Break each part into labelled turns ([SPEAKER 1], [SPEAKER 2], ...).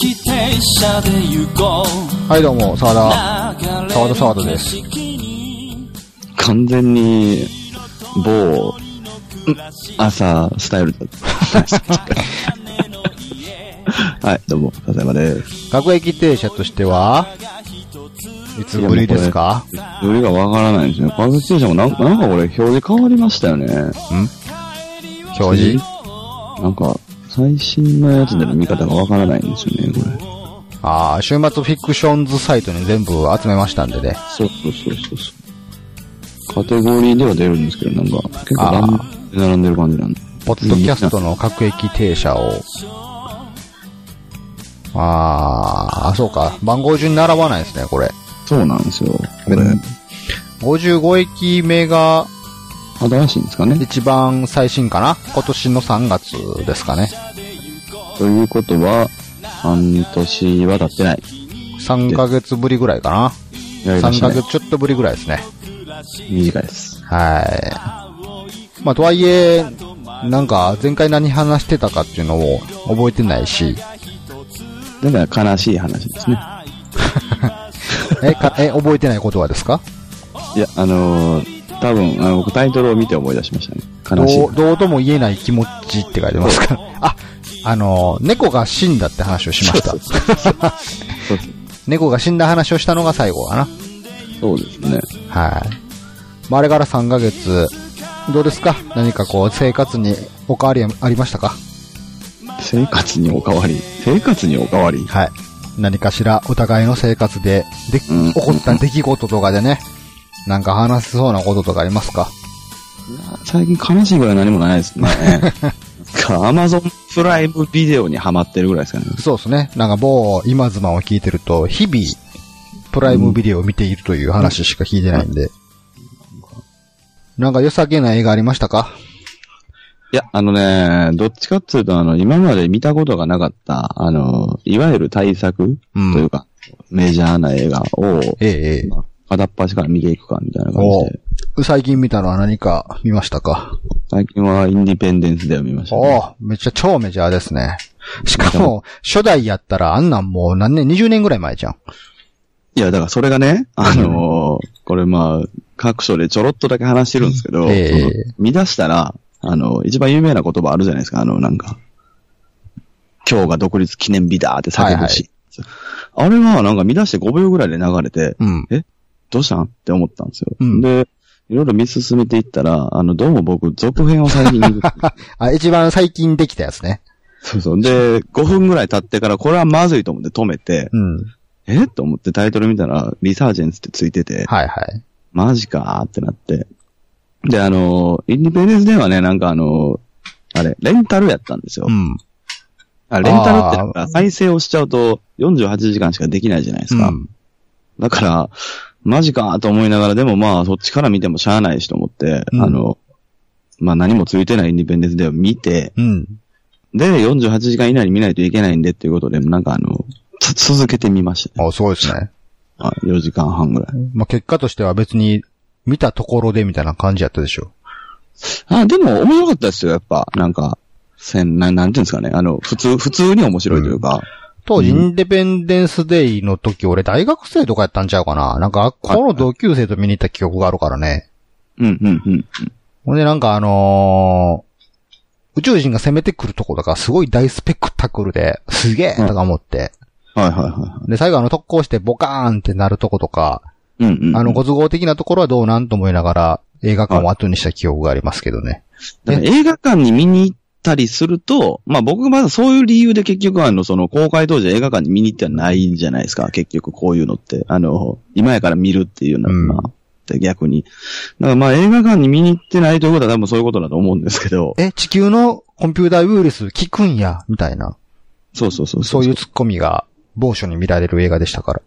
[SPEAKER 1] 列車で行こう
[SPEAKER 2] はい、どうも、沢田。沢田沢田です
[SPEAKER 3] 完全に、某、朝スタイルだった。はい、どうも、笹山です。
[SPEAKER 2] 各駅停車としては、いつぶりですか
[SPEAKER 3] よりがわからないんですね。観察駐車もなんか、なんかこれ表示変わりましたよね。
[SPEAKER 2] 表示。
[SPEAKER 3] なんか、最新のやつでの見方がわからないんですよね、これ。
[SPEAKER 2] ああ、週末フィクションズサイトに全部集めましたんでね。
[SPEAKER 3] そうそうそうそうそう。カテゴリーでは出るんですけど、なんか、結構
[SPEAKER 2] あー
[SPEAKER 3] ランで並んでる感じなんで。
[SPEAKER 2] ポッドキャストの各駅停車を。ああ、そうか。番号順に並ばないですね、これ。
[SPEAKER 3] そうなんですよ。これ、
[SPEAKER 2] 55駅目が
[SPEAKER 3] 新しいんですかね。
[SPEAKER 2] 一番最新かな今年の3月ですかね。
[SPEAKER 3] ということは、半年は経ってない。
[SPEAKER 2] 3ヶ月ぶりぐらいか
[SPEAKER 3] や
[SPEAKER 2] な
[SPEAKER 3] りまし
[SPEAKER 2] 3
[SPEAKER 3] た
[SPEAKER 2] ヶ
[SPEAKER 3] ね
[SPEAKER 2] 月ちょっとぶりぐらいですね。
[SPEAKER 3] 短いです。
[SPEAKER 2] はい。まあ、とはいえ、なんか、前回何話してたかっていうのを覚えてない し、
[SPEAKER 3] だから悲しい話ですね。
[SPEAKER 2] え、か、え、覚えてないことはですか
[SPEAKER 3] いや、あのー、多分、あの、僕タイトルを見て思い出しましたね。悲しい
[SPEAKER 2] どう、。どうとも言えない気持ちって書いてますから。あ、あの、猫が死んだって話をしました
[SPEAKER 3] そう。そうそうそうそう
[SPEAKER 2] 猫が死んだ話をしたのが最後かな。
[SPEAKER 3] そうですね。
[SPEAKER 2] はい。まあ、あれから3ヶ月、どうですか何かこう、生活にお変わりありましたか
[SPEAKER 3] 生活におかわり。生活におかわり。
[SPEAKER 2] はい。何かしらお互いの生活で、で、
[SPEAKER 3] うん
[SPEAKER 2] 起こった出来事とかでね、なんか話せそうなこととかありますか
[SPEAKER 3] 最近悲しいぐらい何もないですね。アマゾンプライムビデオにハマってるぐらいですかね。
[SPEAKER 2] そうですね。なんか某今妻を聞いてると、日々、プライムビデオを見ているという話しか聞いてないんで。なんか良さげな映画ありましたか
[SPEAKER 3] いや、あのね、どっちかっていうと、あの、今まで見たことがなかった、あの、いわゆる大作
[SPEAKER 2] うん
[SPEAKER 3] というか、メジャーな映画を、
[SPEAKER 2] ええ、ええ。
[SPEAKER 3] まあ片っ端から見ていくか、みたいな感
[SPEAKER 2] お
[SPEAKER 3] じで。
[SPEAKER 2] う最近見たのは何か見ましたか
[SPEAKER 3] 最近はインディペンデンスでを見ました、
[SPEAKER 2] お
[SPEAKER 3] ね。
[SPEAKER 2] おめっちゃ超メジャーですね。しかも、初代やったらあんなんもう何年、20年ぐらい前じゃん。
[SPEAKER 3] いや、だからそれがね、あのーこれまあ、各所でちょろっとだけ話してるんですけど、
[SPEAKER 2] ええ
[SPEAKER 3] その見出したら、あの、一番有名な言葉あるじゃないですか、あの、なんか、今日が独立記念日だって叫ぶし。あれはなんか見出して5秒ぐらいで流れて、
[SPEAKER 2] うん。
[SPEAKER 3] どうしたんって思ったんですよ。
[SPEAKER 2] うん
[SPEAKER 3] で、いろいろ見進めていったら、あの、どうも僕、続編を最 近見る。
[SPEAKER 2] あ、一番最近できたやつね。
[SPEAKER 3] そうそう。で、5分ぐらい経ってから、これはまずいと思って止めて、
[SPEAKER 2] うん。
[SPEAKER 3] えと思ってタイトル見たら、リサージェンスってついてて、
[SPEAKER 2] はいはい。
[SPEAKER 3] マジかーってなって。で、あのー、インディペンデンスデーはね、なんかあのー、あれ、レンタルやったんですよ。
[SPEAKER 2] ん。
[SPEAKER 3] あレンタルってなんか再生をしちゃうと48時間しかできないじゃないですか。
[SPEAKER 2] うん
[SPEAKER 3] だから、マジかーと思いながら、でもまあ、そっちから見てもしゃあないしと思って、
[SPEAKER 2] うん
[SPEAKER 3] あの、まあ何もついてないインディペンデンスデーを見て、
[SPEAKER 2] うん。
[SPEAKER 3] で、48時間以内に見ないといけないんでっていうことで、なんかあの、つ続けてみましたね。
[SPEAKER 2] あ、すごいですね。
[SPEAKER 3] あ4時間半ぐらい。
[SPEAKER 2] まあ、結果としては別に、見たところでみたいな感じやったでしょ。
[SPEAKER 3] あ、でも面白かったですよ、やっぱ。なんか、せん、なん、なんていうんですかね。あの、普通、普通に面白いというか。
[SPEAKER 2] 当時、インデペンデンスデイの時、俺大学生とかやったんちゃうかななんか、この同級生と見に行った記憶があるからね。
[SPEAKER 3] うん、うん、うん。
[SPEAKER 2] ほんで、なんかあのー宇宙人が攻めてくるとこだから、すごい大スペクタクルで、すげえとか思って。
[SPEAKER 3] はい、はい、は
[SPEAKER 2] で、最後あの特攻してボカーンってなるとことか、
[SPEAKER 3] い。うん、うん。
[SPEAKER 2] あの、ご都合的なところはどうなんと思いながら、映画館を後にした記憶がありますけどね。
[SPEAKER 3] だから映画館に見に行ったりすると、まあ僕がまだそういう理由で結局あの、その公開当時映画館に見に行ってはないじゃないですか。結局こういうのって。あの、今やから見るっていうのは、
[SPEAKER 2] うん
[SPEAKER 3] まあ、で逆に。だからまあ映画館に見に行ってないということは多分そういうことだと思うんですけど。
[SPEAKER 2] え、地球のコンピューターウイルス効くんや、みたいな。
[SPEAKER 3] そうそうそう
[SPEAKER 2] そういうツッコミが某所に見られる映画でしたから。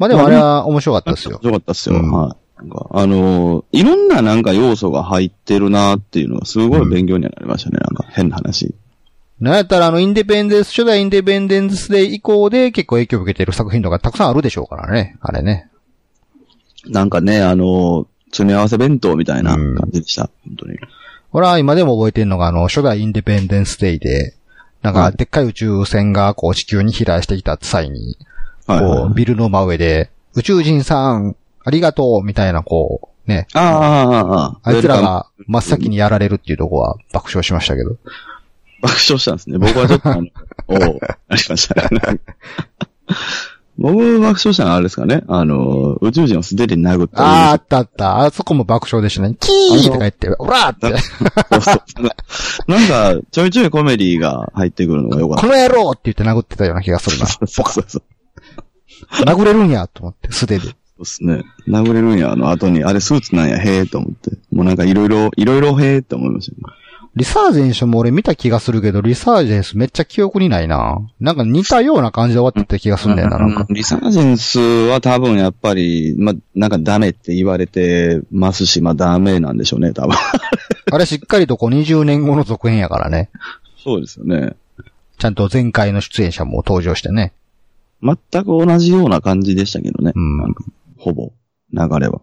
[SPEAKER 2] まあでもあれは面白かったですよ
[SPEAKER 3] 面。白かったっすよ。
[SPEAKER 2] うん
[SPEAKER 3] はい。なんか、あのーいろんななんか要素が入ってるなっていうのがすごい勉強にはなりましたね。なんか変な話。
[SPEAKER 2] なんやったらあの、インデペンデンス、初代インデペンデンスで以降で結構影響を受けている作品とかたくさんあるでしょうからね。あれね。
[SPEAKER 3] なんかね、あのー詰め合わせ弁当みたいな
[SPEAKER 2] うん
[SPEAKER 3] 感じでした。本当に。
[SPEAKER 2] ほら、今でも覚えてるのがあの、初代インデペンデンスデイで、なん
[SPEAKER 3] は
[SPEAKER 2] か、
[SPEAKER 3] い
[SPEAKER 2] でっかい宇宙船が、こう、地球に飛来してきた際に、
[SPEAKER 3] はいはい
[SPEAKER 2] こう、ビルの真上で、宇宙人さん、ありがとうみたいな、こう、ね、
[SPEAKER 3] ああ、ああ、ああ。
[SPEAKER 2] あいつら
[SPEAKER 3] ウェルカム
[SPEAKER 2] が真っ先にやられるっていうとこは爆笑しましたけど。
[SPEAKER 3] 爆笑したんですね。僕はちょっと、あのおうありましたね。僕爆笑したのはあれですかね。あの、宇宙人を素手で殴っ
[SPEAKER 2] あ
[SPEAKER 3] た。
[SPEAKER 2] ーあったあった。あそこも爆笑でしたね。キーって書いて、オラーって、
[SPEAKER 3] そうそうなんか、ちょいちょいコメディが入ってくるのが良かっ
[SPEAKER 2] この野郎って言って殴ってたような気がする
[SPEAKER 3] た。そうそうそうそう。
[SPEAKER 2] な。 殴れるんやと思って、素手で。
[SPEAKER 3] そうですね。殴れるんや、あの後に。あれスーツなんや、へえと思って。もうなんかいろいろ、いろいろへえって思いましたね。
[SPEAKER 2] リサージェンスも俺見た気がするけど、リサージェンスめっちゃ記憶にないな。なんか似たような感じで終わってった気がするんだよな、なんか。
[SPEAKER 3] うんリサージェンスは多分やっぱり、ま、なんかダメって言われてますし、まあダメなんでしょうね、多分。
[SPEAKER 2] あれしっかりとこう20年後の続編やからね。
[SPEAKER 3] そうですよね。
[SPEAKER 2] ちゃんと前回の出演者も登場してね。
[SPEAKER 3] 全く同じような感じでしたけどね。
[SPEAKER 2] うん
[SPEAKER 3] なんかほぼ、流れは。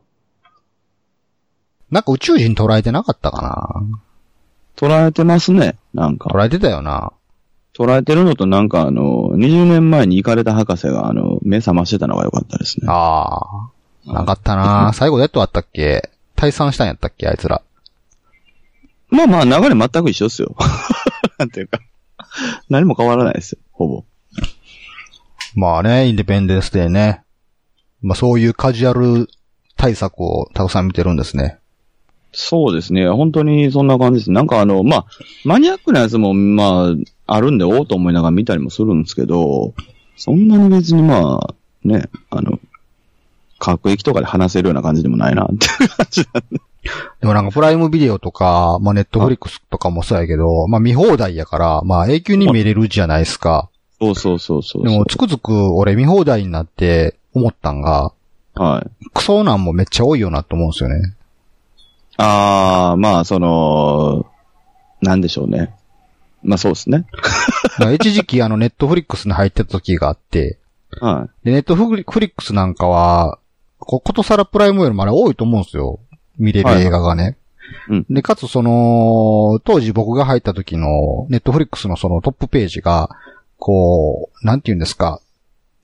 [SPEAKER 2] なんか宇宙人捉えてなかったか
[SPEAKER 3] 捉えてますね、なん
[SPEAKER 2] な
[SPEAKER 3] か。
[SPEAKER 2] 捉えてたよな。
[SPEAKER 3] 捉えてるのとなんかあの、20年前に行かれた博士があの、目覚ましてたのが良かったですね。
[SPEAKER 2] ああ。なかったな。最後どうやって終わったっけ退散したんやったっけあいつら。
[SPEAKER 3] まあまあ流れ全く一緒ですよ。 なんていうか。何も変わらないですよ、ほぼ。
[SPEAKER 2] まあね、インディペンデンスデーね。まあそういうカジュアル対策をたくさん見てるんですね。
[SPEAKER 3] そうですね。本当にそんな感じです。なんかあの、まあ、マニアックなやつも、まあ、あるんで、おうと思いながら見たりもするんですけど、そんなに別にまあ、ね、あの、各駅とかで話せるような感じでもないな、っていう感じだ。
[SPEAKER 2] でもなんかプライムビデオとか、まあネットフリックスとかもそうやけど、まあ見放題やから、まあ永久に見れるじゃないですか。
[SPEAKER 3] そうそうそうそう。
[SPEAKER 2] でもつくづく俺見放題になって思ったんが、
[SPEAKER 3] はい。
[SPEAKER 2] クソなんもめっちゃ多いよなと思うんですよね。
[SPEAKER 3] ああ、まあ、その、なんでしょうね。まあ、そうですね。
[SPEAKER 2] なんか一時期あのネットフリックスに入ってた時があって、
[SPEAKER 3] は
[SPEAKER 2] で、ネットフリックスなんかは、こことさらプライムよりもあれ多いと思うんですよ。見れる映画がね。
[SPEAKER 3] いはい
[SPEAKER 2] で、かつその、当時僕が入った時の、ネットフリックスのそのトップページが、こう、なんて言うんですか。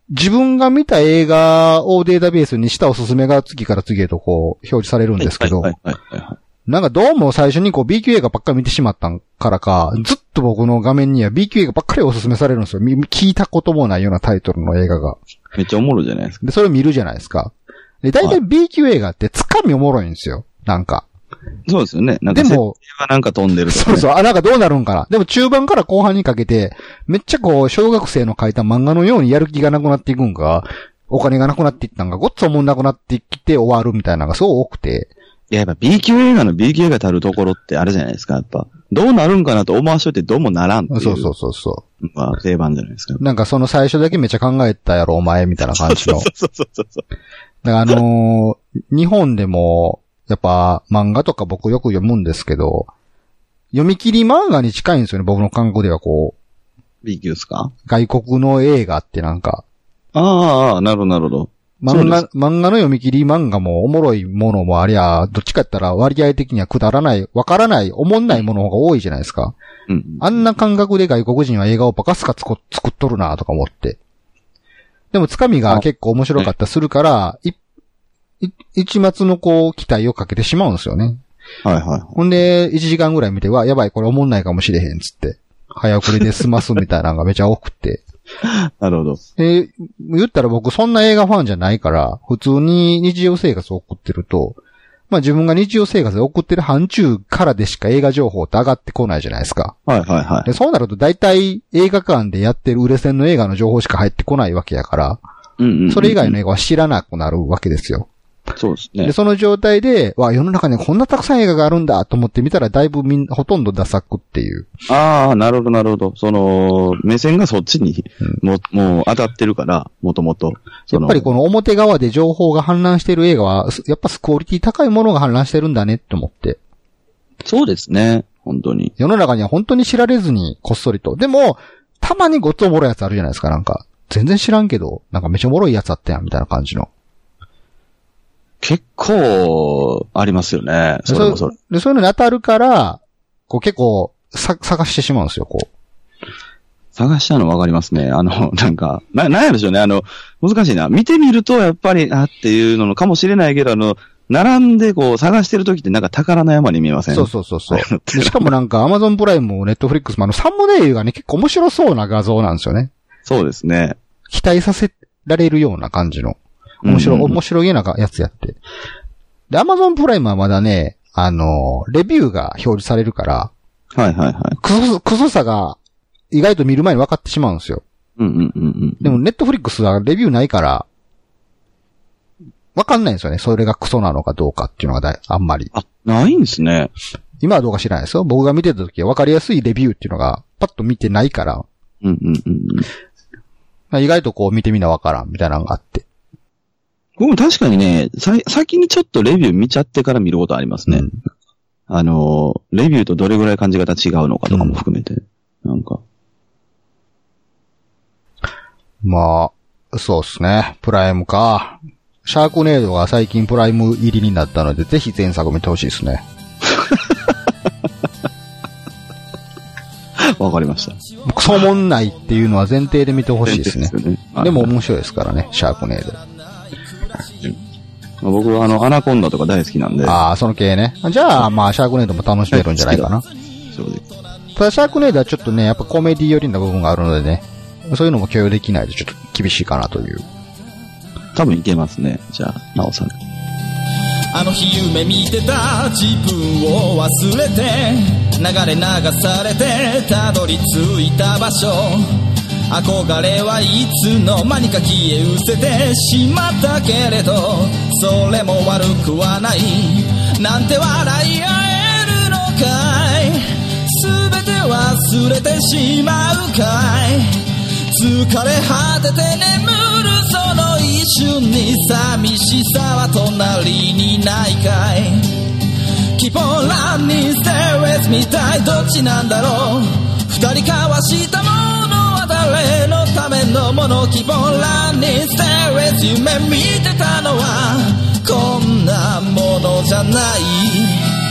[SPEAKER 2] 自分が見た映画をデータベースにしたおすすめが次から次へとこう、表示されるん
[SPEAKER 3] い。
[SPEAKER 2] ですけど、
[SPEAKER 3] はいはいはいはいはい。
[SPEAKER 2] なんかどうも最初にこう B 級映画ばっかり見てしまったからか、ずっと僕の画面には B 級映画ばっかりおすすめされるんですよ。み聞いたこともないようなタイトルの映画が。
[SPEAKER 3] めっちゃおもろいじゃないですか。
[SPEAKER 2] で、それを見るじゃないですか。で、大
[SPEAKER 3] は
[SPEAKER 2] 体 B 級映画ってつかみおもろいんですよ。なんか。
[SPEAKER 3] そうですよね。なんか、
[SPEAKER 2] で、も、
[SPEAKER 3] がなんか飛んでるとか、
[SPEAKER 2] そう
[SPEAKER 3] ね。
[SPEAKER 2] そう、あ、なんかどうなるんかな。でも中盤から後半にかけて、めっちゃこう、小学生の書いた漫画のようにやる気がなくなっていくんか、お金がなくなっていったんか、ごっつおもんなくなってきて終わるみたいなのがすごい多くて。
[SPEAKER 3] いや、やっぱ B 級映画の B 級映画たるところってあれじゃないですか、やっぱ。どうなるんかなと思わしといてどうもならんってい
[SPEAKER 2] そうそううそうそう。
[SPEAKER 3] のが定番じゃない ですか。
[SPEAKER 2] なんかその最初だけめっちゃ考えたやろ、お前、みたいな感じの。
[SPEAKER 3] そうそうそうそう。
[SPEAKER 2] だからあのー 日本でも、やっぱ漫画とか僕よく読むんですけど、読み切り漫画に近いんですよね、僕の感覚ではこ
[SPEAKER 3] B 級ですか
[SPEAKER 2] う、外国の映画ってなんか、
[SPEAKER 3] ああああ、なるほど、なるほど。
[SPEAKER 2] 漫
[SPEAKER 3] そ
[SPEAKER 2] 画、漫画の読み切り漫画もおもろいものもありゃ、どっちかやったら割合的にはくだらない、わからない、おもんないものの方が多いじゃないですか。
[SPEAKER 3] うん。
[SPEAKER 2] あんな感覚で外国人は映画をバカスカつこ作っとるなとか思って。でも、つかみが結構面白かったりするから、い、い一末のこう、期待をかけてしまうんですよね。
[SPEAKER 3] はいはい。
[SPEAKER 2] ほんで、1時間ぐらい見て、わ、やばい、これおもんないかもしれへん、つって。早送りで済ますみたいなのがめちゃ多くて。
[SPEAKER 3] なるほど。
[SPEAKER 2] で、言ったら僕そんな映画ファンじゃないから、普通に日常生活を送ってると、まあ自分が日常生活で送ってる範疇からでしか映画情報って上がってこないじゃないですか。
[SPEAKER 3] はいはいはい。
[SPEAKER 2] で、そうなると大体映画館でやってる売れ線の映画の情報しか入ってこないわけやから、
[SPEAKER 3] うんうんうん
[SPEAKER 2] それ以外の映画は知らなくなるわけですよ。
[SPEAKER 3] そうですね
[SPEAKER 2] で、。その状態で、わ、世の中にはこんなたくさん映画があるんだと思ってみたら、だいぶみん、ほとんどダサくっていう。
[SPEAKER 3] ああ、なるほど、なるほど。その、目線がそっちに、 も、もう当たってるから、もともと。
[SPEAKER 2] や
[SPEAKER 3] そ
[SPEAKER 2] っ
[SPEAKER 3] の
[SPEAKER 2] ぱりこの表側で情報が氾濫してる映画は、すやっぱクオリティ高いものが氾濫してるんだねって思って。
[SPEAKER 3] そうですね。本当に。
[SPEAKER 2] 世の中には本当に知られずに、こっそりと。でも、たまにごっつおもろいやつあるじゃないですか、なんか。全然知らんけど、なんかめちゃおもろいやつあったやん、みたいな感じの。
[SPEAKER 3] 結構、ありますよね。それもそれ。
[SPEAKER 2] で、そういうのに当たるから、こう結構、さ、探してしまうんですよ、こう。
[SPEAKER 3] 探したの分かりますね。あの、 なんか、な、なんやでしょうね。あの、難しいな。見てみると、やっぱり、あっていうのかもしれないけど、あの、並んでこう探してる時ってなんか宝の山に見えません
[SPEAKER 2] そうそうそうそう。でしかもなんか Amazon プライムも Netflix もあのサムネイルがね、結構面白そうな画像なんですよね。
[SPEAKER 3] そうですね。
[SPEAKER 2] 期待させられるような感じの。面白、
[SPEAKER 3] うん
[SPEAKER 2] 面白げなやつやって。で、Amazon プライムはまだね、あの、レビューが表示されるから、
[SPEAKER 3] はいはいはい。
[SPEAKER 2] クソ、クソさが意外と見る前に分かってしまうんですよ。
[SPEAKER 3] うんうんうんうん。
[SPEAKER 2] でも Netflix はレビューないから、分かんないんですよね。それがクソなのかどうかっていうのがだいあんまり。
[SPEAKER 3] あ、ないんですね。
[SPEAKER 2] 今はどうか知らないですよ。僕が見てた時は分かりやすいレビューっていうのが、パッと見てないから、
[SPEAKER 3] うんうんうん。
[SPEAKER 2] まあ意外とこう見てみな分からんみたいなのがあって。
[SPEAKER 3] 僕も確かにね、さい先にちょっとレビュー見ちゃってから見ることありますね。
[SPEAKER 2] うん
[SPEAKER 3] あの、レビューとどれぐらい感じ方違うのかとかも含めて。なんか。
[SPEAKER 2] まあ、そうですね。プライムか。シャークネードが最近プライム入りになったので、ぜひ前作見てほしいですね。
[SPEAKER 3] わかりました。
[SPEAKER 2] クソもんないっていうのは前提で見てほしいですね。
[SPEAKER 3] よね
[SPEAKER 2] でも、面白いですからね、シャークネード。
[SPEAKER 3] まあ僕はあの、アナコンダとか大好きなんで。
[SPEAKER 2] ああ、その系ね。じゃあ、まあ、シャークネードも楽しめるんじゃないかな。
[SPEAKER 3] 正直
[SPEAKER 2] ただ、シャークネードはちょっとね、やっぱコメディ寄りな部分があるのでね、そういうのも許容できないでちょっと厳しいかなという。
[SPEAKER 3] 多分いけますね。じゃあ、なおさら。
[SPEAKER 1] あの日夢見てた自分を忘れて流れ流されてたどり着いた場所憧れはいつの間にか消え失せてしまったけれどそれも悪くはないなんて笑い合えるのかい全て忘れてしまうかい疲れ果てて眠るその一瞬に寂しさは隣にないかい Keep on running, stay with me たいどっちなんだろう二人交わしたものは誰のためのもの Keep on running, stay with you 夢見てたのはこんなものじゃない